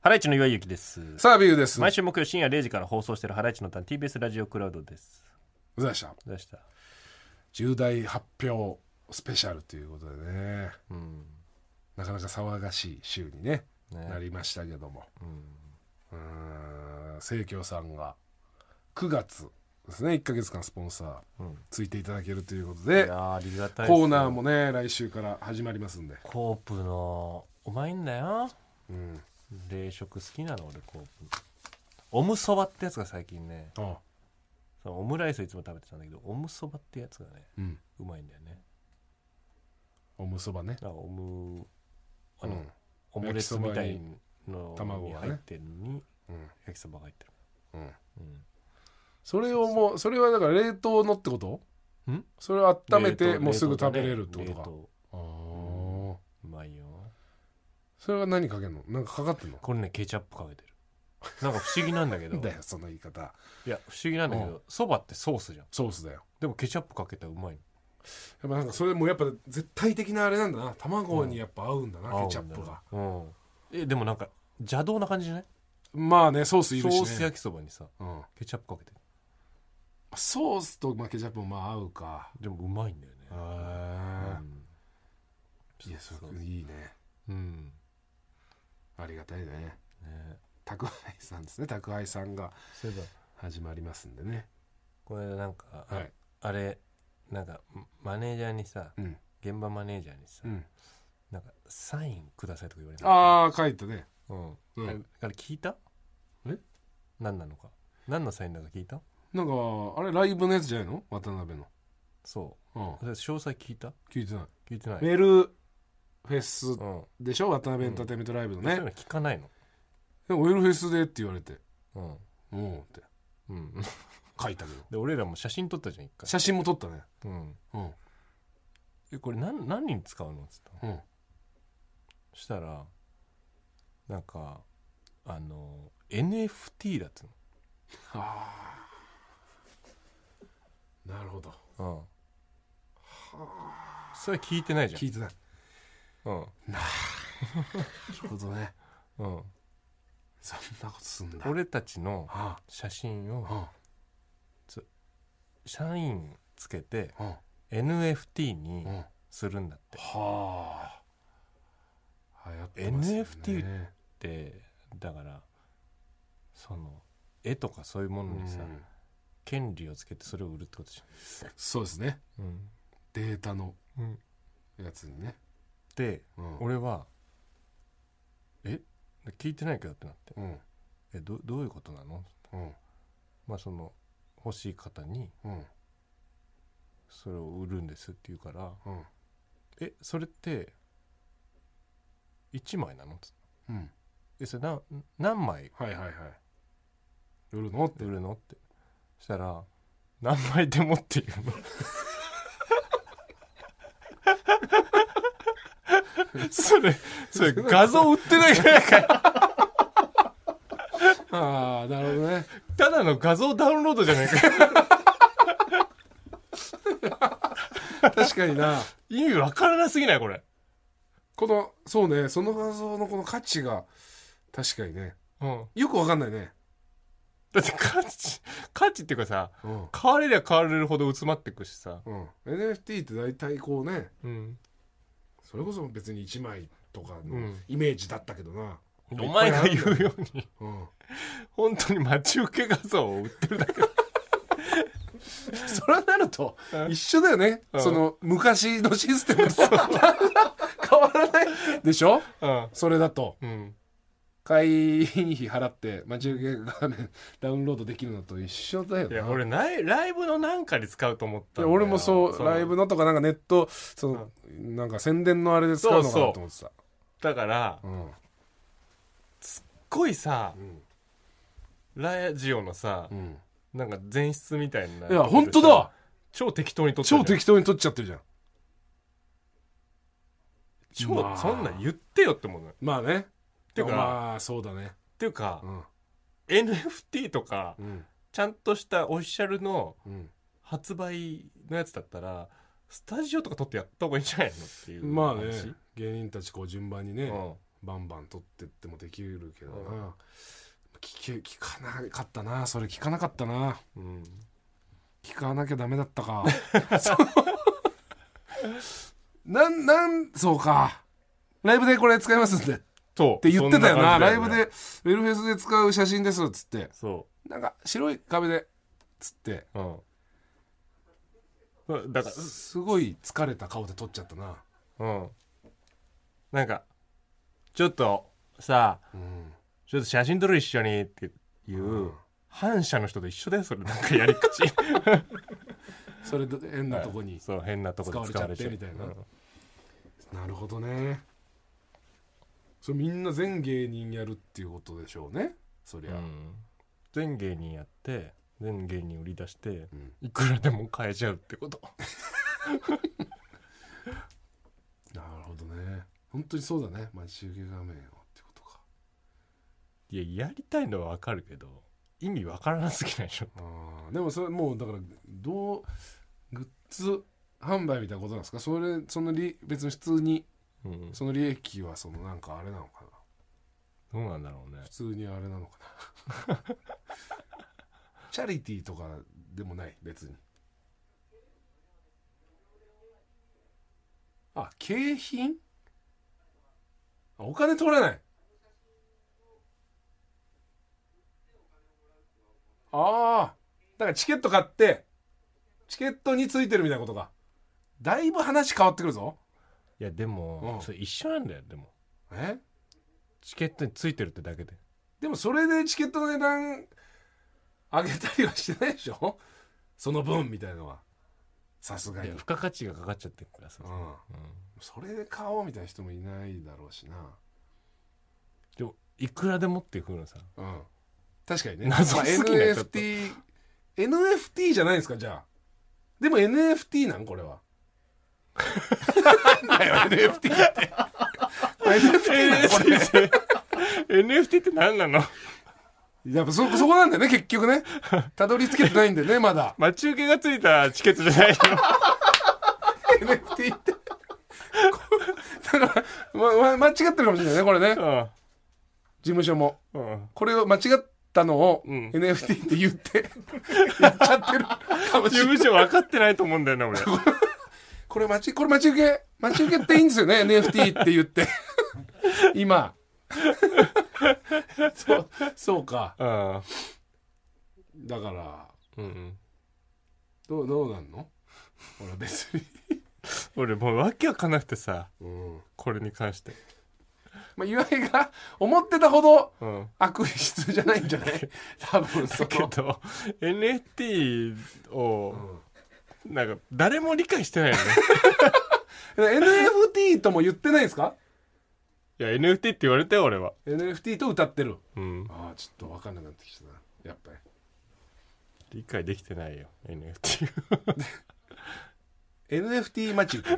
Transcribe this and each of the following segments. ハライチの岩井ゆきです。さあビューです。毎週木曜深夜0時から放送しているハライチのターン TBS ラジオクラウドです。ございました。どうでした重大発表スペシャルということでね、うん。なかなか騒がしい週にねねなりましたけども、うん。うーん、清京さんが9月ですね、1ヶ月間スポンサーうんついていただけるということいで、やーありがたいですコーナーもね来週から始まりますんで、コープのうまいんだようん、冷食好きなの俺コープおむそばってやつが最近ねああ、そのオムライスいつも食べてたんだけどおむそばってやつがねうん、うまいんだよねおむそばね、なんかおむあうの、ん、オムレツみたいの卵にがね入ってるのに、うん、焼きそばが入ってる、うん、うん、それをもうそれはだから冷凍のってこと？ん？それを温め冷て凍もうすぐ冷凍だ食べねれるってことか冷。凍あんあ。うまいよそれは何かけんのなんかかかってんのこれねケチャップかけてるなんか不思議なんだけなど んだよその言い方いや不思議なんだけうどそばってソースじゃんソースだよでもケチャップかけたらうまいのやっぱなんかそれもやっぱ絶対的なあれなんだな卵にやっぱ合うんだな、ケチャップが合うんだようんえでもなんか邪道な感じじゃないまあねソースいソるしねース焼きそばにさうん、ケチャップかけてソースと、まあ、ケチャップもまあ合うかでもうまいんだよねあうんいやそそうれいいねうんありがたいねね宅配さんですね宅配さんがそういえば始まりますんでねこれなんかあはいあれなんかマネージャーにさうん現場マネージャーにさうんなんかサインくださいとか言われたああ書いたねうん、うんあれあれ聞いたえ何なのか何のサインだか聞いたなんかあれライブのやつじゃないの渡辺のそうんうそれ詳細聞いた聞いてない聞いてないメールフェスうんでしょ渡辺エンターテインメントライブのそういねうの聞かないのでもウェルフェスでって言われてうんうんってうん、 書いたけどで俺らも写真撮ったじゃん一回、写真も撮ったねうん、うんえこれ何何に使うのっつったのうんそしたらなんかあの NFT だっつうああなるほどのうんそれ聞いてないじゃん聞いてないうんなるほどねうん、そんなことすんだ俺たちのあ写真をあ社員つけてうん NFT にうんうんするんだっはあ流行ってますよね NFT てだからその絵とかそういうものにさ、うん権利をつけてそれを売るってことじそうですねゃん、うんデータのうん、やつにねでうん俺は「え聞いてないけど」ってなってうん「えどどういうことなの?うん」まあその欲しい方にうんそれを売るんですって言うからうん「えそれって1枚なの?」ってうんえそれな何枚はいはいはい売るのって売るのってそしたら「何枚でも」っていうの それそれ画像売ってないからああなるほどねただの画像ダウンロードじゃないか確かにな意味わからなすぎないこれこのそうねその画像のこの価値が確かにねうんよくわかんないね、だって価値価値っていうかさうん変われりゃ変われるほど薄まってくしさうん、NFT って大体こうねうんそれこそ別に1枚とかうのんイメージだったけどな、お前が言うようにうん、本当に待ち受け画像を売ってるだけそれなるとうん一緒だよね、うんその昔のシステムと 変わらないでしょうんそれだとうん会費払って待ち受け画面 ダウンロードできるのと一緒だよいなや俺ライライブのなんかに使うと思ったいんだやよ俺もそうライブのとかなんかネットその、なんか宣伝のあれで使うのかなと思ってただからうんこいさうんラジオのさうんなんか前室みたいないいや本当だ超適当に撮って超適当に撮っちゃってるじゃん超まあそんなん言ってよって思うのよっまあねていうかまあそうだねていうかうん NFT とかうんちゃんとしたオフィシャルのうん発売のやつだったらスタジオとか撮ってやった方がいいんじゃないのっていうまあね話芸人たちこう順番にねうんバンバン取ってってもできるけどな、うん聞け聞かなかったなそれ聞かなかったなうん聞かなきゃダメだった かそうなんなんそうかライブでこれ使いますんでっとって言ってたよなライブででウェルフェスで使う写真ですっつってそなんか白い壁でつってううんだかすごい疲れた顔で撮っちゃったならうんなんかちょっとさうんちょっと写真撮る一緒にっていう、うん反射の人と一緒だよそれなんかやり口それで変なとこ にそう変なとこで使われちゃう使われちゃってみたいうんななるほどねそれみんな全芸人やるっていうことでしょうねそりゃ、うん全芸人やって全芸人売り出してうんいくらでも買えちゃうってことなるほどね本当にそうだね待ち受け画面をってことかいややりたいのはわかるけど意味わからなすぎないでしょあーでもそれもうだからどうグッズ販売みたいなことなんですかそれその利別に普通にうんその利益はそのなんかあれなのかなどうなんだろうね普通にあれなのかなチャリティーとかでもない別にあ景品あお金取れないああだからチケット買ってチケットについてるみたいなことかだいぶ話変わってくるぞいやでも、うんそれ一緒なんだよでもえチケットについてるってだけででもそれでチケットの値段上げたりはしてないでしょ その分みたいのはさすがいに、うやん付、加価値がかかっちゃってるからさ、うんそれで買おうみたいな人もいないだろうしな、でもいくらでもっていうふうなさうん、確かにね、まあ、謎すぎないちょっと NFT NFT じゃないですかじゃあでも NFT なんこれはなんだよ NFT って NFT なんこれ NFT って何なのやっぱそそこなんだよね結局ねたどり着けてないんだよねまだ待ち受けがついたチケットじゃないよ NFT って。こうだから、ま、ま、間違ってるかもしれないね、これね。事務所も。うんこれを間違ったのを、うん NFT って言って、やっちゃってるかも事しれない。務所分かってないと思うんだよな俺これ待ち、これ待ち受け、待ち受けっていいんですよね、NFT って言って。今。そう、そうか。ああだから、うんうんどう、どうなんの俺別に。俺もう訳わかんなくてさうん。これに関してまあ、岩井が思ってたほどうん悪質じゃないんじゃない多分そだけこ。ど NFT をうんなんか誰も理解してないよね NFT とも言ってないですかいや NFT って言われたよ俺は NFT と歌ってるうんああちょっと分かんなくなってきたなやっぱり理解できてないよ NFT NFT 待ち受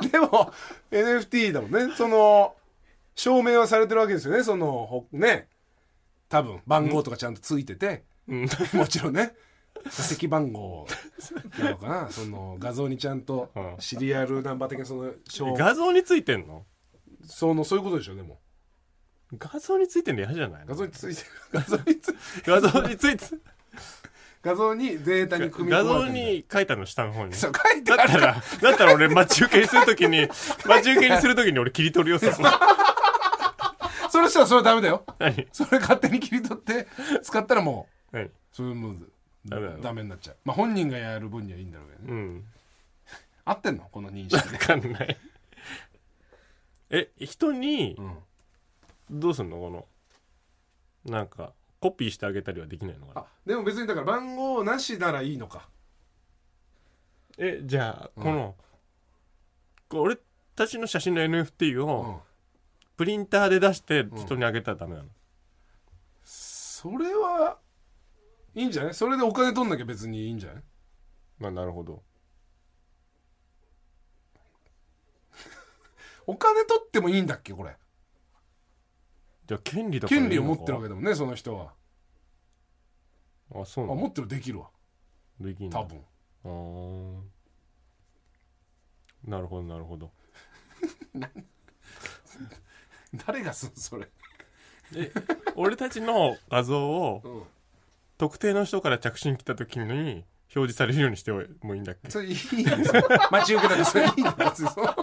けでも NFT だもんねその証明はされてるわけですよねそのほね多分番号とかちゃんとついてて、 うんもちろんね座席番号なのかなその画像にちゃんとうんシリアルナンバー的なその証画像についてんのそのそういうことでしょでも画像についてんの嫌じゃないの画像についてる画像について画像について画像にデータに組み画込まれ像てるに書いたの下の方 にそう書いてだあっるたら、だったら俺待ち受けにするときに、待ち受けにするときに俺切り取るよ、 そこそれしたらそれはダメだよ何それ勝手に切り取って使ったらもう何それもうダメなのダメになっちゃうまあ本人がやる分にはいいんだろうけどねうん。合ってんのこの認 識わかんない。え、人にう、んどうすんのこの、なんか、コピーしてあげたりはできないのかなあでも別にだから番号なしならいいのかえ、じゃあ、この、こう俺たちの写真の NFT うをんプリンターで出して人にあげたらダメなの、それはいいんじゃないそれでお金取んなきゃ別にいいんじゃないまあ、なるほど。お金取ってもいいんだっけこれじゃあ、権利だからいい権のか利を持ってるわけだもんねその人はあ、そうあなの持ってるできるわできんだ多分あーなるほどなるほど誰がすんそれ、え俺たちの画像をうん、特定の人から着信来た時に表示されるようにしてもいいんだっけそれいいですか待ち受けたらそれいいんだ別にその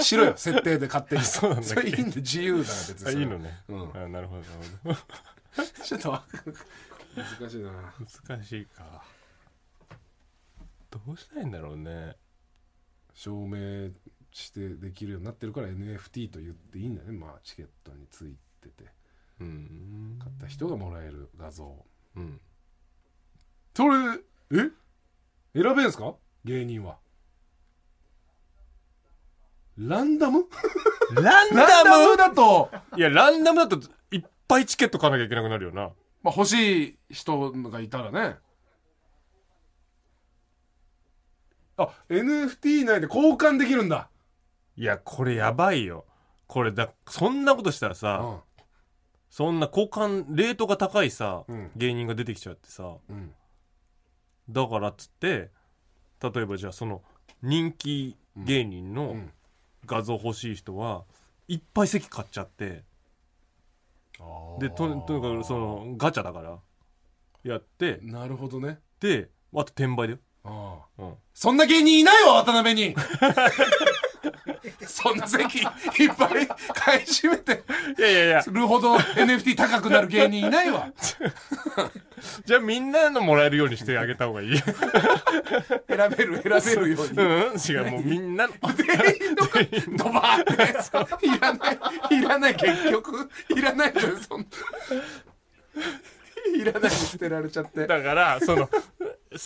しろよ設定で勝手にそうなんだっけそれいいんだ自由だから別にあそいれいのね、うんあなるほどなるほちょっとわかんない難しいなど難しいかどうしたいんだろうね証明してできるようになってるから NFT と言っていいんだねまあチケットについててうん買った人がもらえる画像うんそれえ選べんすか芸人はランダムランランダダムムだと、いやランダムだといっぱいチケット買わなきゃいけなくなるよなまあ、欲しい人がいたらねあ NFT 内で交換できるんだ、いやこれやばいよこれだそんなことしたらうさ、んそんな交換レートが高いさ、うん芸人が出てきちゃってさうんだからっつって例えばじゃあその人気芸人うのん、画像欲しい人はいっぱい席買っちゃってでととにかくそのガチャだからやってなるほどねであと転売だよ、ああうん、そんな芸人いないわ渡辺に そんな席いっぱい買い占めて いやいやいやるほど NFT 高くなる芸人いないわじゃあみんなのもらえるようにしてあげた方がいい よ選べる選べるようにうん違うもうみんなの全員の声ドバーっていらないいらない結局いらないのよそんないらない捨てられちゃってだからその好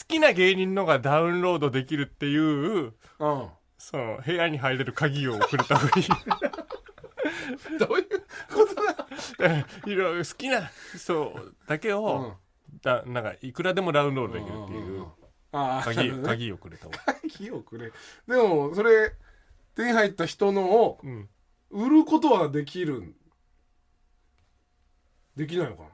きな芸人のがダウンロードできるっていううんその部屋に入れる鍵を送れた方がいいどういうことだい ろいろ好きな人だけを、だなんかいくらでもダウンロードできるっていうああ鍵,、なるほどね鍵をくれたわ、鍵をくれでもそれ手に入った人のをうん、売ることはできるんできないのかな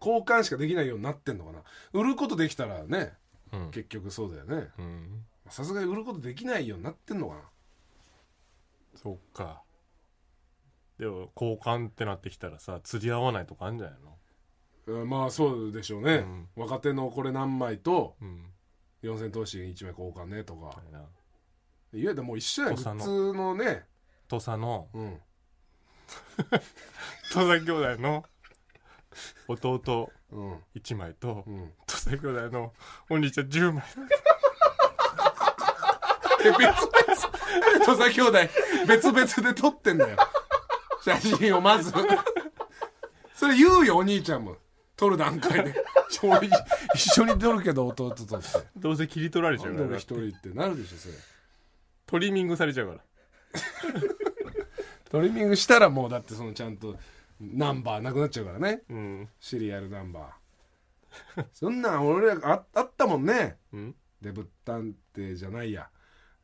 交換しかできないようになってんのかな売ることできたらねうん結局そうだよねうん、さすがに売ることできないようになってんのかなそっかでも交換ってなってきたらさ釣り合わないとかあるんじゃないのうんまあそうでしょうね、若手のこれ何枚とうん四千頭身1枚交換ねとかみたいないわゆるもう一緒やん土グ佐のッズのね土佐のうん土佐兄弟の弟うん1枚とうん土佐兄弟のお兄ちゃん10枚別々 土佐兄弟別々で撮ってんだ よ写真をまずそれ言うよお兄ちゃんも撮る段階で ちょい一緒に撮るけど弟とってどうせ切り取られちゃなうんかでら俺な一人ってなるでしょそれトリミングされちゃうからトリミングしたらもうだってそのちゃんとナンバーなくなっちゃうからねうんシリアルナンバー そんなん俺らああったもんねうんデブったんてじゃないや、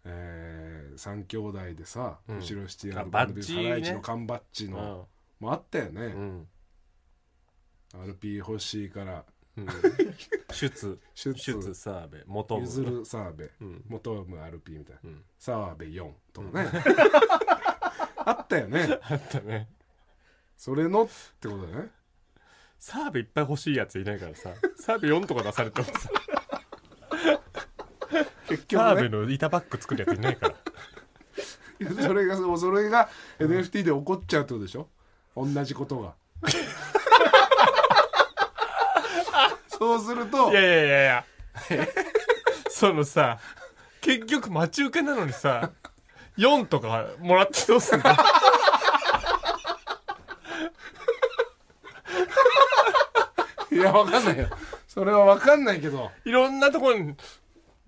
えー、3兄弟でさ、うん後ろ七あやバッジねハライチの缶バッジうの、んもうあったようね、ん RP 欲しいから うん出出シュツ澤部元譲る澤部うん元ム RP みたいなうん澤部4 とかね、あったよねあったねそれのってことだよね澤部いっぱい欲しいやついないからさ 澤部4とか出されてもさ結澤局部ねの板バッグ作るやついないから それがそうそれが NFT で起こっちゃうってことでしょ同じことが そうすると いやいやいやいや そのさ結局待ち受けなのにさ4とかもらってどうすん のいや、わかんないよ。それはわかんないけど。いろんなところに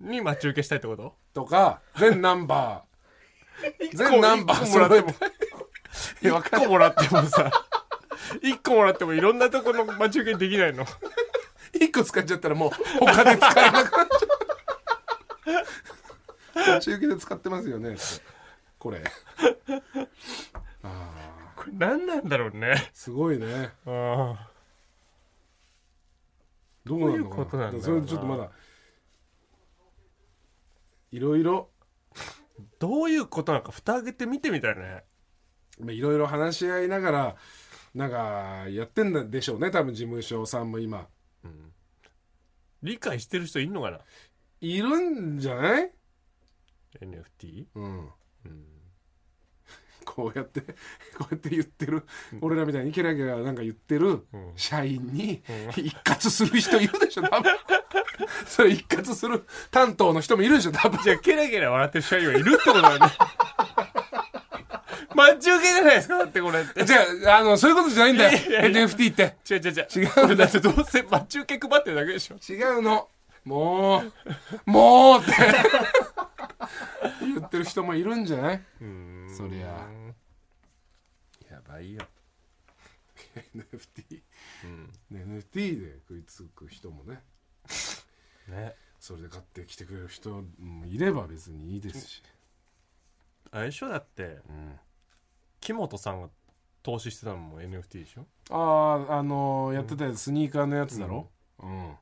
に待ち受けしたいってこととか、全ナンバー。全ナンバー一個もらっても揃えていや、わか1ん個ない。もらってもさ1個もらってもいろんなところの待ち受けできないの一個使っちゃったらもう、他で使えなくなっちゃう。中継で使ってますよね。ってこれ。ああ、これ何なんだろうねすごいね。うんどうなのどういうことかななんだろうなそれちょっとまだ、いろいろどういうことなのか蓋開けて見てみたいねまあいろいろ話し合いながらなんかやってんだでしょうね多分事務所さんも今理解してる人いんのかないるんじゃない NFT うんうんこうやってこうやって言ってる、俺らみたいにキラキラなんか言ってるん社員に一括する人いるでしょ多分 それ一括する担当の人もいるでしょ多分じゃあケラケラ笑ってる社員はいるってことだ ね待ち受けじゃないですかだってこれってじゃああのそういうことじゃないんだよいやい NFT って違う違う違う違う俺だってどうせ待ち受け配ってるだけでしょ違うのもうもうって言ってる人もいるんじゃないうんそりゃやば いよ NFT、NFT で食いつく人もねねそれで買ってきてくれる人もいれば別にいいですし、あれでしょだってうん木本さんが投資してたのも NFT でしょあああのーやってたやつスニーカーのやつだろうん、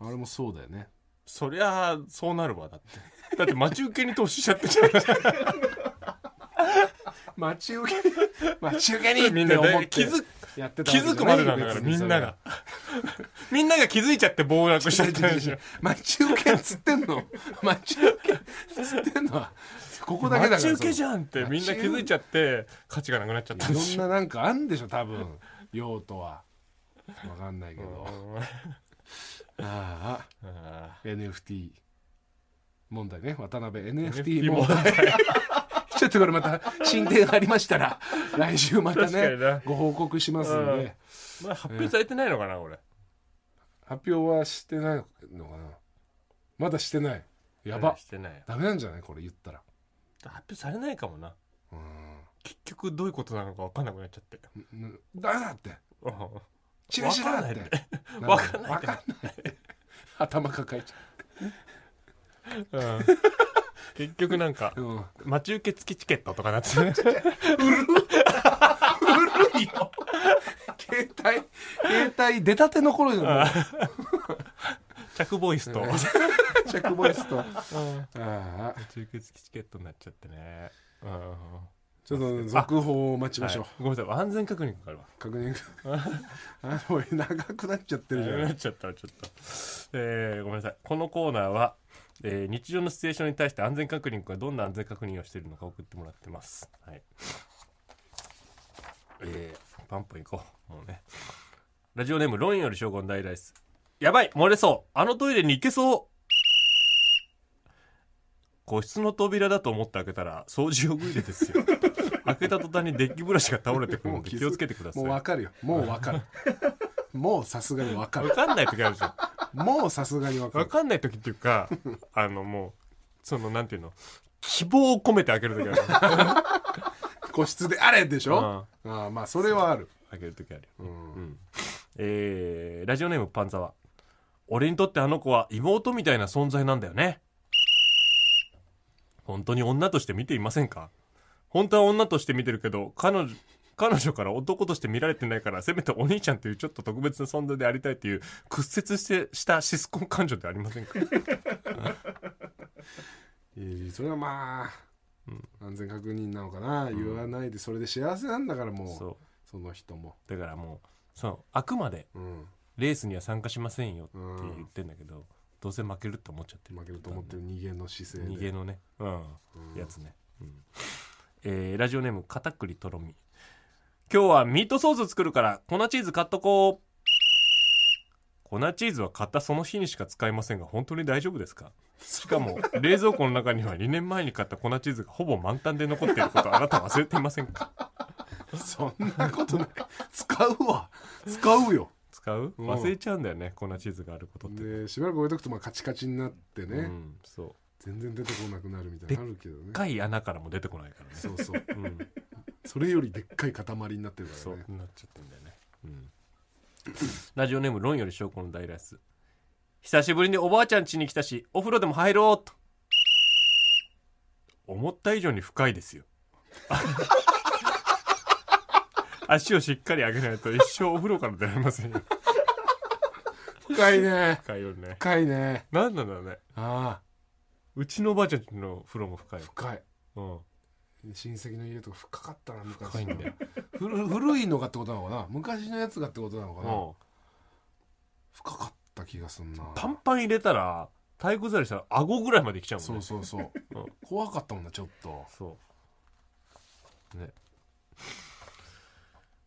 あれもそうだよねそりゃあそうなるわだってだって待ち受けに投資しちゃってんじゃない待ち受け 待ち受けにみんっなてだ思っいて気づやってた気づくまでなんだから別にみそんれながみんなが気づいちゃって暴落しちゃったんでしょ 待ち受けっつってんの 待ち受けっつってんのはここだけだから待ち受けじゃんってそのみんな気づいちゃって価値がなくなっちゃったんでいしろょんななんかあんでしょ多分用途はわかんないけどあうんああ NFT 問題ね渡辺 NFT NFT 問題 ちょっとこれまた進展がありました ら来週また確かねになご報告しますんうんでーまだ発表されてないのかな俺発表はしてないのかなまだしてないやばしてないダメなんじゃないこれ言ったら発表されないかもなう結局どういうことなのか分かんなくなっちゃってんんダメだってうんチラシだってわかんないわかんない頭抱えちゃうん結局なんかう、うん待ち受け付きチケットとかなってね古いよ携帯携帯出たての頃じゃない着ボイスとうん待チェックボイスとああち受け付きチケットになっちゃってねうんちょっと続報を待ちましょう、はいごめんなさい安全確認かかるわ確認あの俺長くなっちゃってるじゃなないっ ちゃったちょっと、えーごめんなさいこのコーナーは、えー日常のシチュエーションに対して安全確認がどんな安全確認をしているのか送ってもらってますはいえーパンポン行こうもうねラジオネームロンより将軍大ライスやばい漏れそうあのトイレに行けそう個室の扉だと思って開けたら掃除用具入れですよ開けた途端にデッキブラシが倒れてくるので気をつけてくださもいうわかるよもう わかるもうさすがにわか分るかんない時あるでしょもうさすがにわかわるかんない時っていう かあのもうそのなんていうの希望を込めて開ける時ある個室であれでしょ、ああまあそれはある開ける時あるよ、うんうんえーラジオネームパンザワ俺にとってあの子は妹みたいな存在なんだよね本当に女として見ていませんか本当は女として見てるけど彼女彼女から男として見られてないからせめてお兄ちゃんというちょっと特別な存在でありたいという屈折してしたシスコン感情でありませんかいやそれはまあ、安全確認なのかな、言わないでそれで幸せなんだからもうそその人もうだからもうそのあくまでうんレースには参加しませんよって言ってんだけど、どうせ負けるって思っちゃってる負けると思ってる逃げの姿勢で逃げのね、うんうんやつね、うんえーラジオネーム片栗とろみ今日はミートソース作るから粉チーズ買っとこう粉チーズは買ったその日にしか使いませんが本当に大丈夫ですかしか も冷蔵庫の中には2年前に買った粉チーズがほぼ満タンで残っていることをあなた忘れていませんかそんなことない 使うわ使うよ使ううん忘れちゃうんだよね粉チーズがあることって、でしばらく置いとくとまあカチカチになってね、うん、そう全然出てこなくなるみたいなのあるけどね深い穴からも出てこないからねそうそう うんそれよりでっかい塊になってるかそうらねなっちゃってんだよね、うん、ラジオネーム「論より証拠の大ライス」久しぶりにおばあちゃん家に来たしお風呂でも入ろうと思った以上に深いですよ 足をしっかり上げないと一生お風呂から出られませんよ深いね深いよね深いね何なんだろうねああうちのおばあちゃんの風呂も深い、深いうん、親戚の家とか深かったな昔深いんだよ、古古いのがってことなのかな昔のやつがってことなのかな、う、深かった気がすんなんパンパン入れたら体育座りしたら顎ぐらいまで来ちゃうもんそねうそうそううん怖かったもんなちょっとそうね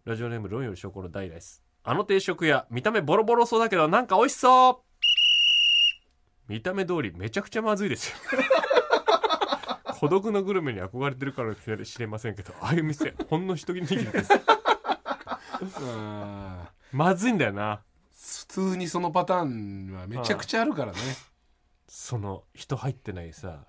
ラジオネーム論より証拠の代々すあの定食屋見た目ボロボロそうだけどなんか美味しそう見た目通りめちゃくちゃまずいですよ 孤独のグルメに憧れてるからかもしれませんけどああいう店ほんの一握りですうんまずいんだよな普通にそのパターンはめちゃくちゃあるからねその人入ってないさ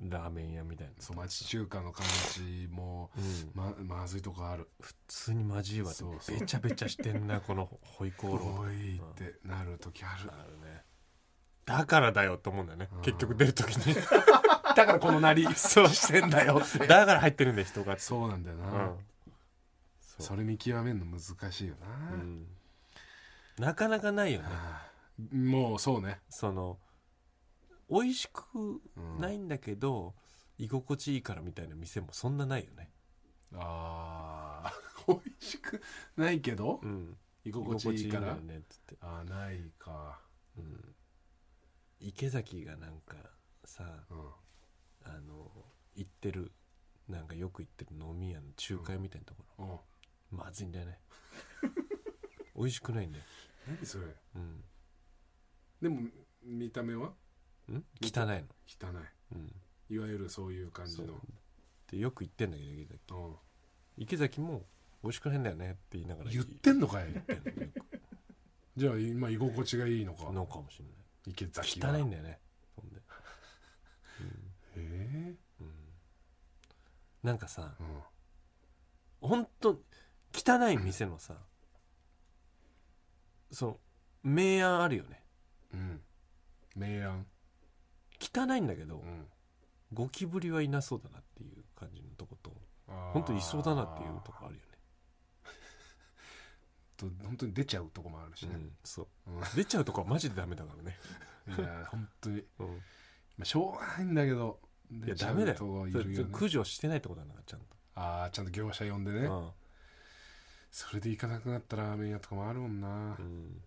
ラーメン屋みたいな、そう町中華の感じもうん、ままずいとこある普通にまじいわってそうそうべちゃべちゃしてんなこのホイコーローとかおいってなる時あるあるねだからだよって思うんだよね、うん結局出る時に だからこのなりそうしてんだよってだから入ってるんだよ人がってそうなんだよな、うんそうそれ見極めるの難しいよな、うんなかなかないよねああもうそうね、その美味しくうんないんだけど、居心地いいからみたいな店もそんなないよね、ああ 美味しくないけどうん、居心地い居いか心らんだよねっつって、ああないか、うん、池崎がなんかさうん、あの行ってるなんかよく行ってる飲み屋の仲介みたいなところ、おまずいんだよね美味しくないんだよ、何それうん、でも見た目はん汚いの、汚うん、いいわゆるそういう感じのそうでよく言ってんだけど池崎うん池崎も美味しくないんだよねって言いながら言ってのんのかい言ってんのよじゃあ今居心地がいいのかくのかもしれない池崎は汚いんだよねほんで、えうん、なんかさえうん本当汚い店のさその明暗あるよねうん明暗汚いんだけど、んゴキブリはいなそうだなっていう感じのとこと本本当いそうだなっていうとこあるよねと本当に出ちゃうとこもあるしうね、ん、そううん出ちゃうとこはマジでダメだからね、いや本当にうん、まあしょうがないんだけどいや出ちゃダメだようとこいそれるそよれね駆除してないってことなんだからちゃんとああちゃんと業者呼んでねそれで行かなくなったラーメン屋とかもあるもんなうんうん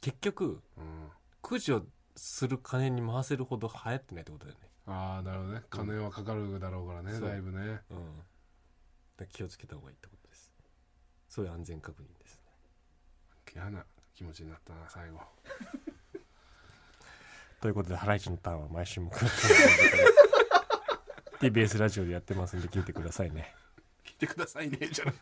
結局うん駆除する金に回せるほど流行ってないってことだよね、ああなるほどね金はかかるだろうからねそうだいぶねうん、だから気をつけた方がいいってことですそういう安全確認ですね嫌な気持ちになったな最後ということで「ハライチのターン」は毎週も TBS ラジオでやってますんで聞いてくださいね聞いてくださいねじゃない